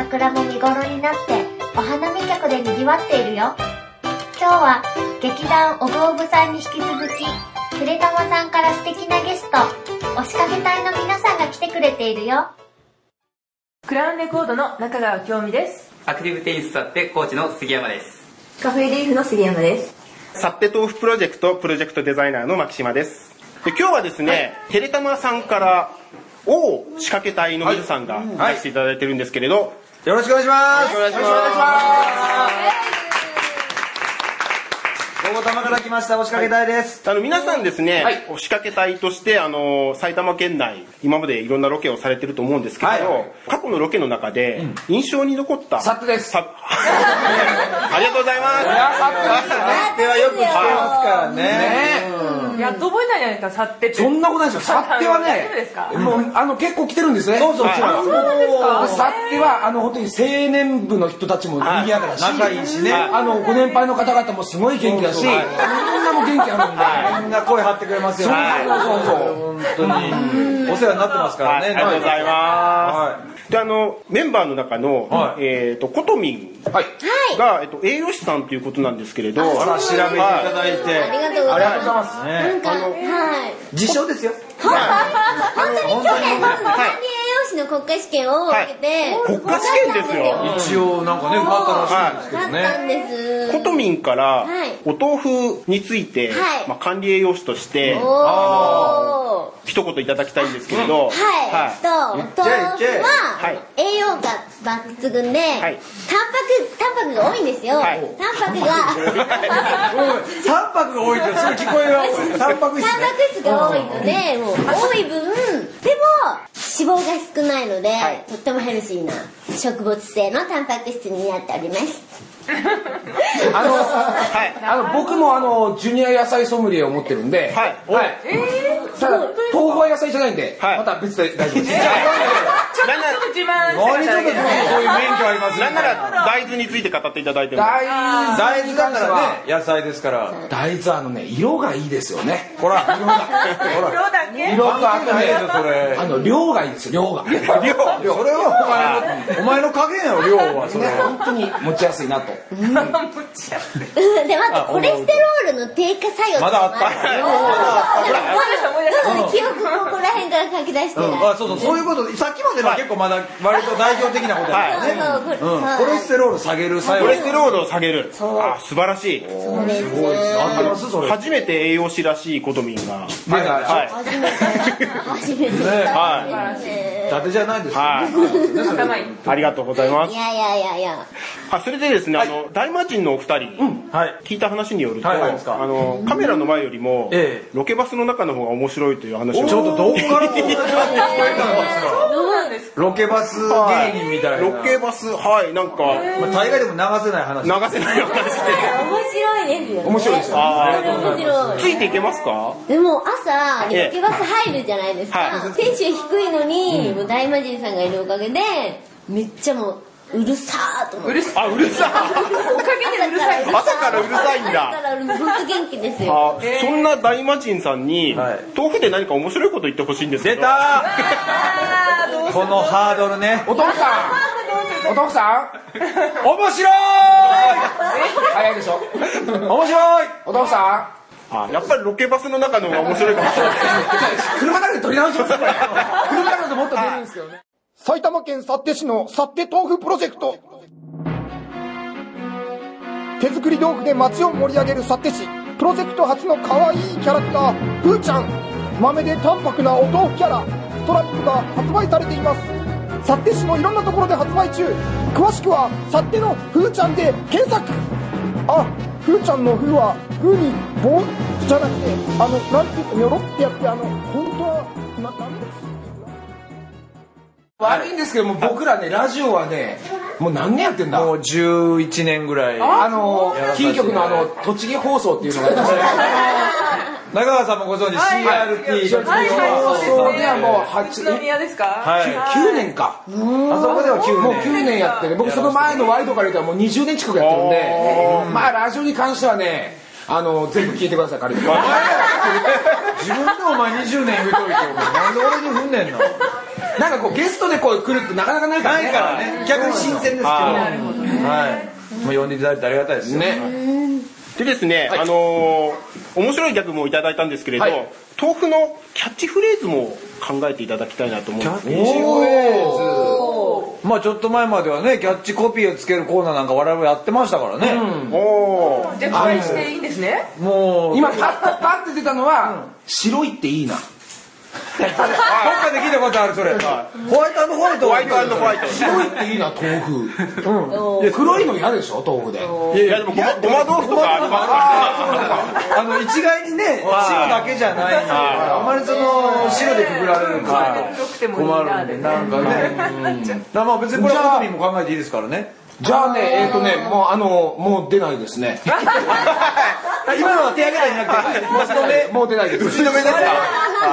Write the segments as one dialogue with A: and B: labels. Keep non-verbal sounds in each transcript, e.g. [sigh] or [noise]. A: 桜も見頃になってお花見客でにぎわっているよ今日は劇団おぐおぐさんに引き続きくれたまさんから素敵なゲスト押しかけ隊の皆さんが来てくれているよ
B: クラウンレコードの中川京美です
C: アクティブテニスサッテコーチの杉山です
D: カフェリーフの杉山です
E: サッペ豆腐プロジェクトプロジェクトデザイナーの牧島ですで今日はですね、テレタマさんからを仕掛け隊の皆さんがいらしていただいてるんですけれど、
F: よろしくお願いします。よろしくお願いします。午後玉から来ました、押しかけ隊です。
E: あの皆さんですね、お仕掛け隊としてあの埼玉県内今までいろんなロケをされてると思うんですけれど、
F: はい
E: 過去のロケの中で印象に残った、
F: サップです
E: サップ [laughs] ありがとうございます
F: ではよく来てますからね。
B: やっと覚えたんじゃないですかさってって
G: そんなことないですよ。サッテはね
B: 大丈夫ですか、
G: もうあの結構来てるんですね。そうそう
E: 来てます
B: そうなんですか
G: サッテはあの本当に青年部の人たちも賑やかだし、
F: 仲いいしね
G: あのご年配の方々もすごい元気だし、みんなも元気あ
F: み
G: るんで。
F: んな声張ってくれますよね。
G: そうそうそうそう。
F: 本当に。お世話になってますから
E: はい、あ
F: ね。
E: りがとうございま
F: は
E: す、であのメンバーの中の、
F: はい
E: えっ、とコトミン
F: はい。
E: が、えっと栄養士さんということなんですけれど
F: ほら、調べていただい
D: あり
F: て。
D: がとうございます
F: ます。
D: なんかはい
F: 自称ですよ。
D: 本当に去年管理栄養士の国家試験を受けて、
E: 国家試験ですよ
F: 一応、なんかね、受かったらしいんですけ
D: な
F: ど
D: っ
F: ね
D: た。んです
E: コトミンから
D: はい
E: お豆腐について、
D: はい
E: まあ、管理栄養士として
D: おお
E: 一言いただきたいんですけれど、
D: はい、と
F: 言っ
D: 豆
F: ち
D: 腐
F: ゃえ言っちゃえ
E: はい
D: は栄養価抜群で、
E: い
D: タンパクタンパクが多いんですよ、
E: はい
D: タンパクが
F: 三泊が多いけど、それ聞こえは多い。三
D: タン
F: 泊
D: パ
F: 質ね。
D: ク質が多いのでもう多い分でも脂肪が少ないので、とってもヘルシーな植物性のタンパク質になっております
G: あの、あの僕もあのジュニア野菜ソムリエを持ってるんで、
E: はい
G: はいただ豆腐は野菜じゃないんで、
E: はい
G: また別で大丈夫です。
B: ちょっとちょっと自慢して
F: 何ちょっとそういう免許あります
E: なんなら大豆について語っていただいても
G: 大豆
F: 大豆だか
G: は
F: らね、野菜ですから。
G: 大豆あのね色がいいですよね。
F: ほ [laughs] ら、
G: 色が
F: ほら。
B: 色だけ
G: 色とあ
F: 関係
G: と
F: ない
G: ね
F: でしょ、それ。
G: あの量がいいですよ量が。
F: 量それはお前の、お前の加減やろ、量は、それ
G: ね本当に持ちやすいなと。
D: うんでまたコレステロールの低下作用と
F: ま
D: か
F: だあった。
D: なので記憶ここら辺から書き出し
F: う
D: て
F: ん、あそうそうそういうことさっきまでのは結構まだ割と代表的なことやったよね、
D: はいそうそう
F: うん、コレステロール下げる作
E: コ
F: 用
E: レステロールを下げるあ素晴らしい
D: そうですね
F: 合ってますそれ
E: 初めて栄養士らしいコトミンが
F: 目が、
E: はい
D: 初めて初めて
E: は
F: 伊達じゃないですよ、
E: はい
B: 頭いい
E: ありがとうございま
D: い
E: す
D: やいやいやいや
E: あそれでですね、あの大魔人のお二人、
F: はい
E: 聞いた話によると、
F: はいはいですか
E: あのカメラの前よりも、
F: ええ
E: ロケバスの中の方が面白いという話を
F: ちょっとどこからそんなになって聞こえたのかしら
B: そうなんです
F: ロケバス芸人みたいな、
E: ロケバスはいなんか
F: まあ、大概でも流せ
E: 流せ
F: ない話
E: ない話で
D: 面白いですよね
G: 面白いですよね
E: あー
D: それ面白い
E: ついていけますか
D: でも朝ロケバス入るじゃないです
E: は
D: か
E: い
D: テンション低いのにもう大魔神さんがいるおかげでめっちゃもううるさーと思って
B: うるさい
E: あうるさい
B: おかげでうるさい
E: [laughs] 朝からうるさいんだ
D: 朝からうるさいほんと元気ですよ
E: あそんな大魔神さんに、
F: はい
E: 豆腐で何か面白いこと言ってほしいんですけ
F: 出
E: ど
F: た
B: あーどう
F: このハードルね
G: お父さん、お父さん、
F: 面白い
G: 早いでしょ。
F: 面白い
G: お父さ
E: あやっぱりロケバスの中の方が面白いかもしれない
G: ん、車の中で取り直しますよ。これ車の中でもっと出るんですけどね。
H: 埼玉県幸手市の幸手豆腐プロジェクト手作り豆腐で街を盛り上げる幸手市プロジェクト初の可愛いキャラクターふーちゃん豆で淡白なお豆腐キャラストラップが発売されています幸手市のいろんなところで発売中詳しくは幸手のふーちゃんで検索あふーちゃんのふーはふーに棒じゃなくてあのなんて言ってニョロってやってあの本当はなダメです
G: 悪いんですけども、僕らね、ラジオはね、もう何年やってんだ。
F: もう11年ぐらい
G: あの、金曲のあの、栃木放送っていうのがありまして。 [laughs]
F: 中川さんもご存知 CRT
B: はいはいそうです
G: そう
B: ね
G: ねもう八
B: 宇都宮ですか
F: はい
G: 9年か。
F: あそこでは9年
G: もう9年やってね、僕その前のワイドから言うともう20
F: [laughs]
G: 年近くやってるんで、まあラジオに関してはね、あの、全部聞いてください、彼に。
F: お前ら自分でお前20年言うといてお前なんで俺に踏んねんの
G: なんかこうゲストでこう来るってなかなかないか
F: な
G: らね
F: いからね逆に新鮮ですけど
E: は
F: はいまあ呼んでいただいてありがたいですよ
G: ね
E: でですね、あのー面白いギャグもいただいたんですけれど、
G: はい
E: 豆腐のキャッチフレーズも考えていただきたいなと思うんですね。
F: おーまあちょっと前まではねキャッチコピーをつけるコーナーなんか我々やってましたからね、
E: おー
B: じゃあこれしていいんですね
F: もう
G: 今パッとパッて出たのは、白いっていいな
F: どっかで聞いたことあるそれホワイトホワイト
E: ホワイトホワイ
G: 白いっていいな豆腐、うん、黒いの嫌でしょ豆腐で
E: ト。いやでもごまごま豆腐とかあります
F: あの一概にね
E: わあ
F: 白だけじゃないんだからあまりその白でくくられるの
B: は
F: が
B: い黒くてもいい
F: 困
B: なー
F: るん
B: で
F: で
B: ね
F: なんかねだからまあ別にこれは好みも考えていいですからね
G: じゃあねえっ、とねもうあのもう出ないですね
F: [laughs] 今のは手上げたんじゃなくてもう一度ね
G: もう出ないです
F: 口止めですか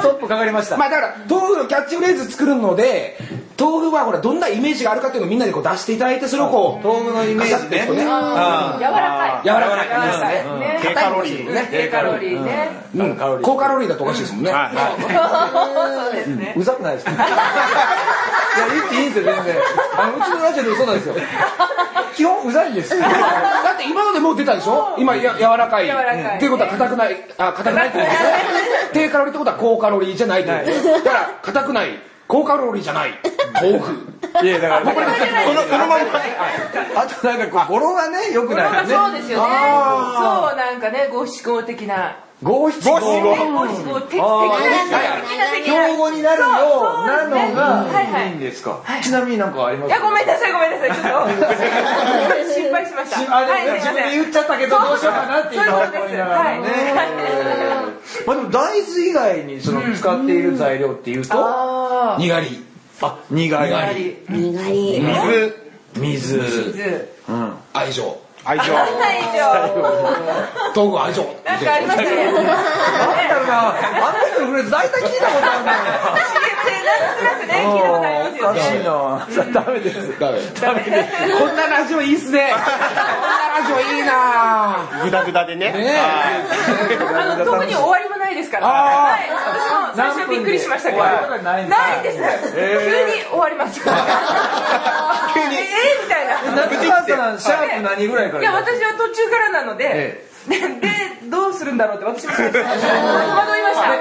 F: ストップかかりました
G: まあだから豆腐のキャッチフレーズ作るので豆腐はほらどんなイメージがあるかっていうのをみんなでこう出していただいてそれをこう
F: 豆腐のイメージね
G: ガシャッとこうね
B: 柔らかい
G: 柔らかい
B: 柔らかいね
E: 低カロリー
B: ね低カロリーね
G: うん高カロリーだとおかしいですもんね、
E: はい
B: そうですね
F: うざくないですかいやいいいいんですよ全然あのうちのラジオでもそうなんですよ基本うざいん
G: [laughs]
F: です
G: だって今のでもう出たでしょ今や柔らかい
B: 柔らかい
G: っていうことは硬くないあ硬くないってことで [laughs] しょ低カロリーってことは高カロリーじゃないというだから硬くない高カロリーじゃない豆腐
F: いやだから
G: これが
E: そのそのまんま。
F: あとなんかこう語呂がね良くないよね
B: そうですよねそうなんかね五七五的な
F: 五七
E: 五七
F: 五
E: 五
B: 五七五的的
F: あ
B: な
F: ー
B: 的な的な
F: 標語になるような
B: そ
F: の
B: うそうはいは
F: が
B: い
F: いいんですかちなみになんかありま
B: い
F: す
B: やごめんなさいごめんなさいちょっ
F: [laughs]
B: と心配しました
F: あ
B: はい
F: れ
B: すいませ
F: 自分
B: ん
F: で言っちゃったけどどうしようかなっていう
B: そういうこと
F: 思
B: です
F: いながらね
B: は
F: まあでも大豆以外にその使っている材料っていうと
B: あ
G: にがり
F: あ苦
B: あ
F: い
B: り
D: 苦い
E: 水、
F: 水
B: ず
G: 愛情
E: 愛情。
B: はい以上
G: 豆腐愛情
B: なんかありましたねなんだ
F: だからあの人のフレーズ大体聞いたことあるな
B: なんとなくね聞いたことありますよ
F: おかし
B: ね
F: いなさダメです
G: だめ
F: ダメですこんなラジオいいっすね
G: ラジオいいなぁ
E: グダグダでね。
G: ね
E: は
B: あの特に終わりもないですから。はい、私も最初びっくりしましたけど。
F: 何分で終わりとかないんだ
B: ないです。急に終わり
F: [laughs]
B: ます。急に。えーみたいな。
F: 中川さんシャープ何ぐらいから
B: いや私は途中からなので
F: え。
B: [laughs] でどうするんだろうって私も戸惑いました。はい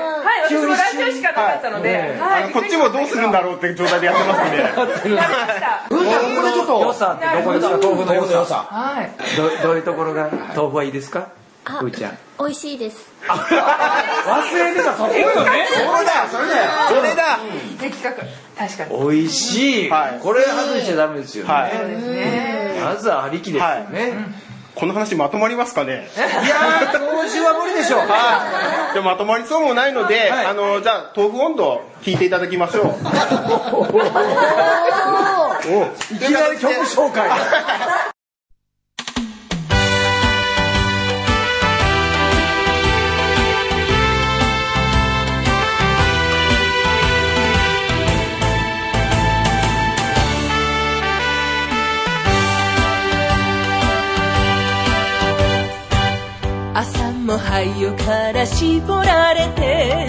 B: 私もラジオしかなかったので。はい
E: あのこっちもどうするんだろうって状態でやってますんで。
B: びっくりしました。
G: ふーちゃんこれちょっと
F: 良さってどこですか豆腐の
G: 豆
F: 良
G: 腐の良
F: さ
G: さ
B: はい。
F: どどういうところが豆腐はいいですか
D: あ
F: ふーちゃん
D: 美味しいです
F: 忘れてたそこよね
E: それだ。
B: 的確確かに。
F: 美味しい、
E: はい
F: これ外れちゃダメですよね、
E: はい
B: そうですね。
F: まずはありきですよね、
E: この話まとまりますかね。 [laughs]
F: い、やー今週は無理でしょう
E: でもまとまりそうもないので、
F: はい
E: あのじゃあ豆腐温度聞いていただきまし
F: [laughs]
E: ょう。
F: いきなり曲紹介
I: 朝も灰をから絞られて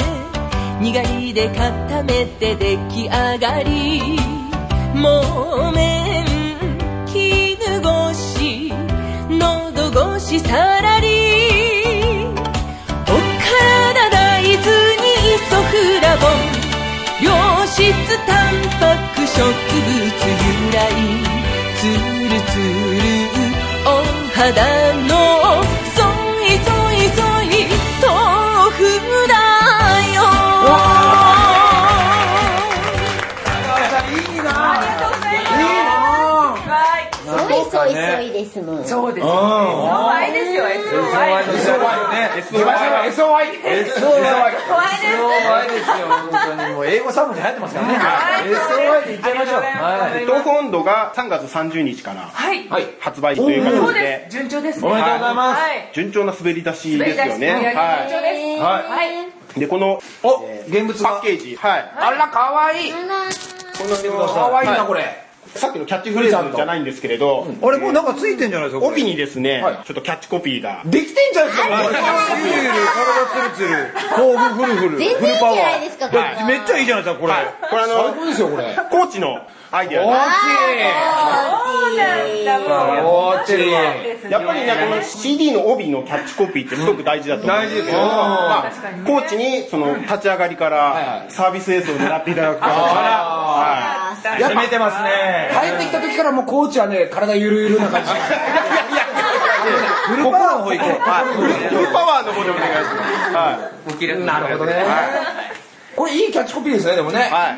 I: にがりで固めて出来上がりもめん絹ごし喉越しさらりお体大豆にイソフラボン良質タンパク植物由来つるつるお肌のそいそいそい豆腐だよ
F: いいな
B: ありがとうございます。はい。
D: そいそいそいですもん
B: そうですね。怖いですよ。怖いです。
G: SOY SOY
B: 怖いです。
F: 怖いですよ本当にもう英語サムに入ってますからね SOY でいっちゃいましょう
B: あ
F: は
B: り
F: い
B: がとうございます
E: 豆腐温度が3月30日から
B: はい。
F: はい
E: 発売という
B: そ
E: 形
B: うで。
E: です
B: 順調ですね。
F: おめでとうございます
B: はい。
E: 順調な滑り出しですよ
B: 滑り出し
E: ね。は
B: 順調です。
F: はい
E: い。でこの
F: お現物
E: パッ
F: が
E: ケージ、はい。
G: あらかわいい
D: あら
F: こんな見てくだ
G: か
F: さ
G: わいいなこれ
E: さっきのキャッチフレーズじゃないんですけれど、
F: あれもうなんかついてんじゃないですか。
E: 帯
F: に。
E: にですね、
G: はい
E: ちょっとキャッチコピーが
F: できてんじゃないですか。ゆるゆる、体ツルツル、甲府フルフル、
D: 全
F: フル
D: 然いいじ
F: パ
D: ゃ
F: ワ
D: ない
F: ー
D: で。すか、これ。
F: めっちゃいいじゃないですか、これ。
E: はいこれあ
G: 最高
E: の
G: ですよこれ
E: コーチのアイデア
B: そ
E: で
B: うなんだもう
F: おーちり。
E: すやっぱりねこの CD の帯のキャッチコピーってすごく大事だと思うんですけど、まあ
B: 確かにね
E: コーチにその立ち上がりからサービスエースを狙っていただくことから、はい
F: やめてますね。
G: 帰ってきた時からもうコーチはね体ゆるゆるな感じ
F: フルパワーの方
E: フ
F: 行こう。
E: ルパワーの方でお願いします。は
C: 起きる
F: なるほどね。
G: これいいキャッチコピーですねでもね
E: い。はい。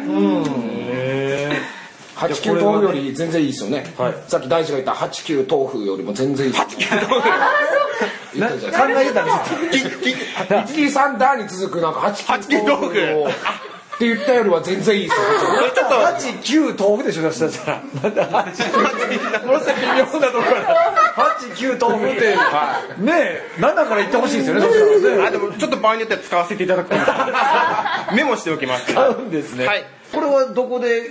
G: 89豆腐より全然いいですよね、
F: はい
G: さっき大地が言った89豆腐よりも全然いいですよね言ったじゃない
F: 考えてたんですよ。
G: 一二三ダーに続くなんか
E: 89
G: 89豆
E: 豆
G: 腐
E: 腐
G: をって言ったよりは全然いいですよ
F: ちょっと八九豆腐でしょ出したら。ものすごい微妙なところから。八九豆腐ってねえ七から言ってほしいですよね。そしたらね
E: あ、でもちょっと場合によっては使わせていただくかもしれ [laughs] ないメモしておきます。
F: 買うんですね。
E: はい。
F: これはどこで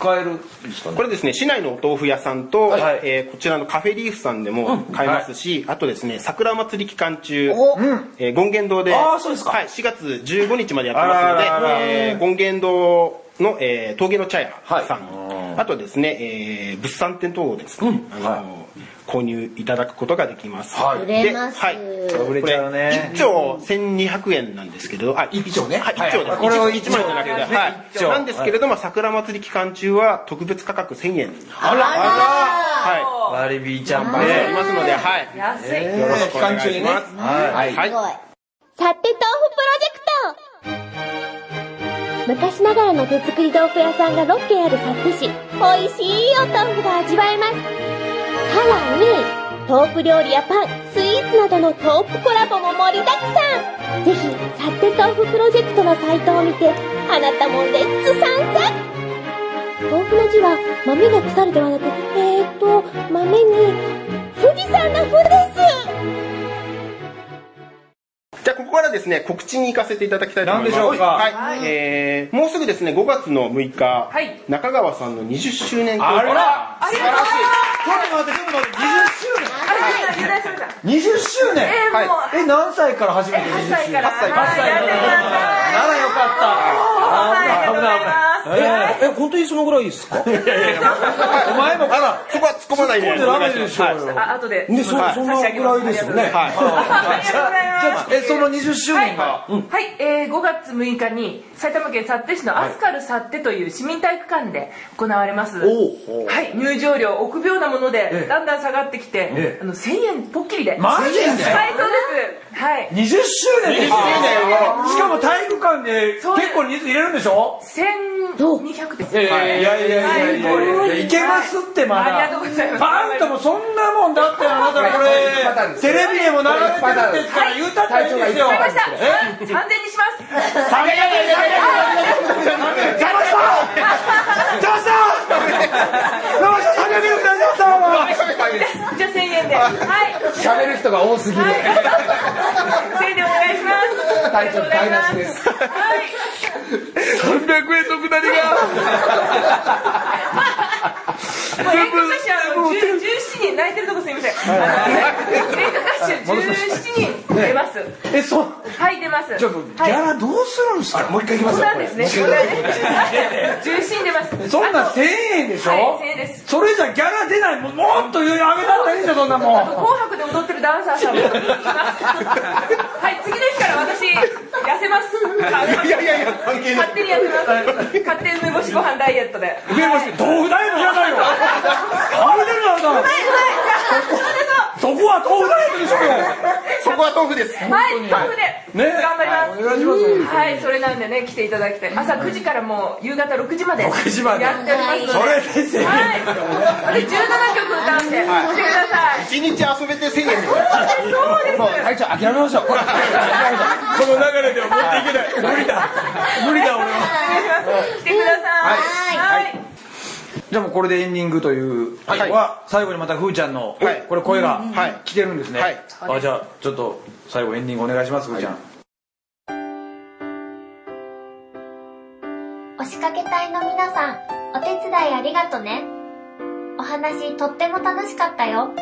F: 買えるんですかね。
E: これですね、市内のお豆腐屋さんと、
F: はい
E: えーこちらのカフェリーフさんでも買えますし、あとですね、桜祭り期間中、
F: お
E: えー権現堂で、
F: あーそうですか
E: はい、4月15日までやってますので、
F: あらららら
E: えー権現堂の、えー陶芸の茶屋さん、
F: はい
E: あとですね、えー物産展等をですね、あの購入いただくことができます。
G: はい
D: 売れます。
E: はい
F: 売れ
E: こ
F: ち
E: れ
F: ゃうね
E: 1。丁1200円なんですけれど、あ、
G: 一丁ね
E: はい、1丁です。
F: これを一
E: 1
F: 丁
E: 枚じゃなくて、
F: ね
E: は
F: 一丁
E: い。なんですけれども、桜祭り期間中は特別価格1000円。
F: あら
E: は
F: 割引ちゃん
E: い。あ
F: ね
E: り。ますので、はい。
B: 安い
E: よろしくお願いします。
F: はい。
E: はい
D: す。ごい。さて豆腐プロジェクト昔ながらの手作り豆腐屋さんが6軒ある幸手市美味しいお豆腐が味わえますさらに豆腐料理やパンスイーツなどの豆腐コラボも盛りだくさんぜひ幸手豆腐プロジェクトのサイトを見てあなたもレッツ参戦豆腐の字は豆が腐るではなくえーと豆に富士山の富です
E: じゃあ、ここからですね、告知に行かせていただきたいと思います。
F: 何でしょうか
E: はい。えーもうすぐですね、5月の6日、
B: はい
E: 中川さんの20周年公
F: あ
E: 演。
F: ら
B: ありがとうござい
F: ちょっと待って、ちょっと待っ
B: ま
F: て、
B: すありがとうございます
F: 20周年 !20 周年
B: えーもう
F: はいえ、何歳から始めて
B: 8歳
F: 20周
B: か
F: 年
B: ら
F: 8歳から。ならよ
B: おー
F: かった。
B: ありがとうございます
F: 危ない危ない。え、本当にそのぐらいですかお前もから。
E: そこは突っ込まないで
F: 突っ込んでダメでしょうよ
E: はい
B: あ後で
G: ねそ
E: はい
G: そんなぐらいですよね、
E: はい
B: ありがとうございます
F: え、その20周
B: はい、
F: 年
B: は
F: が。
B: いえー5月6日に埼玉県幸手市のアスカル幸手という市民体育館で行われます、
F: おう
B: はい、入場料臆病なもの
F: え
B: で
F: え
B: だんだん下がってきて、
F: ええ
B: あの1000円ポッキリで
F: マジで
B: はいそうですはい
F: 20周年ですよしかも体育館で結
B: そうです
F: 構人数入れるんでしょ
B: 1200です
F: いやいやいやいやいやいやいやいけますってまだ
B: ありがとうございます
F: あんたもそんなもんだってあなたこれテレビでも流れてるんですから言うたっていいですよ
B: わかりました
F: え
B: 3000にします
F: ダメだよ邪魔した邪魔した邪魔した酒瓶を出しました
B: じゃあ1000円ではい
G: 喋る人が多すぎる
B: はい1000円でお願いします
G: 体調台無し
B: ありがとう
G: で
B: ございますはい
F: 300円の
G: す
F: くだりが
B: 演歌歌手は17人泣いてるとこすみません。演歌歌手17人出ます。
F: えそう
B: はい出ます。
F: ちょっとギ
B: はい。
F: ャラどうするんですかもう一回いきま
B: そう
F: すよ
B: なんですね。そうなんです17人出ます。
F: そん
B: あ
F: な
B: と
F: 1000円でしょ、
B: はい1000円です
F: それじゃギャラ出ないもうもっと上げたったらいいじゃんそんなも
B: あと
F: ん
B: 紅白で踊ってるダンサーさんもいます。はい次の日から私痩せます。いやいやいや関係ない。勝手に痩せます。勝手に梅干しご飯ダイエットで。
F: 上もして豆腐大のじゃないよあれだよなそこは豆腐大のでしょ
E: そこは豆腐です。
B: はい豆腐で
F: ね
B: 頑張ります。
F: お願いしますよ
B: はい、それなんでね、来ていただきたい。朝9時からもう夕方6時まで。
F: 6時まで
B: やっておりますので。
F: それですよ
B: はい。私17曲歌うんで、来てください。
E: 一日遊べて1000円です。
B: そうです。
G: もう体調諦めましょうこれ諦めましょう
F: この流れでは持っていけない無理だ無理だ俺は
B: 来てください。はい。
F: じゃあもうこれでエンディングという
E: はい
F: は最後にまたふーちゃんの
E: はい
F: これ声が
E: はい
F: 来てるんですね
E: はい
F: あじゃあちょっと最後エンディングお願いしますふーちゃん
A: 押しかけ隊の皆さん、お手伝いありがとね。話とっても楽しかったよ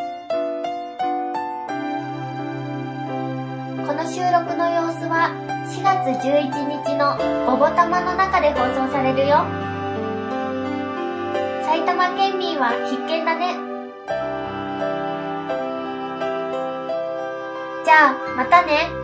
A: この収録の様子は4月11日の「ボボたま」の中で放送されるよ埼玉県民は必見だねじゃあまたね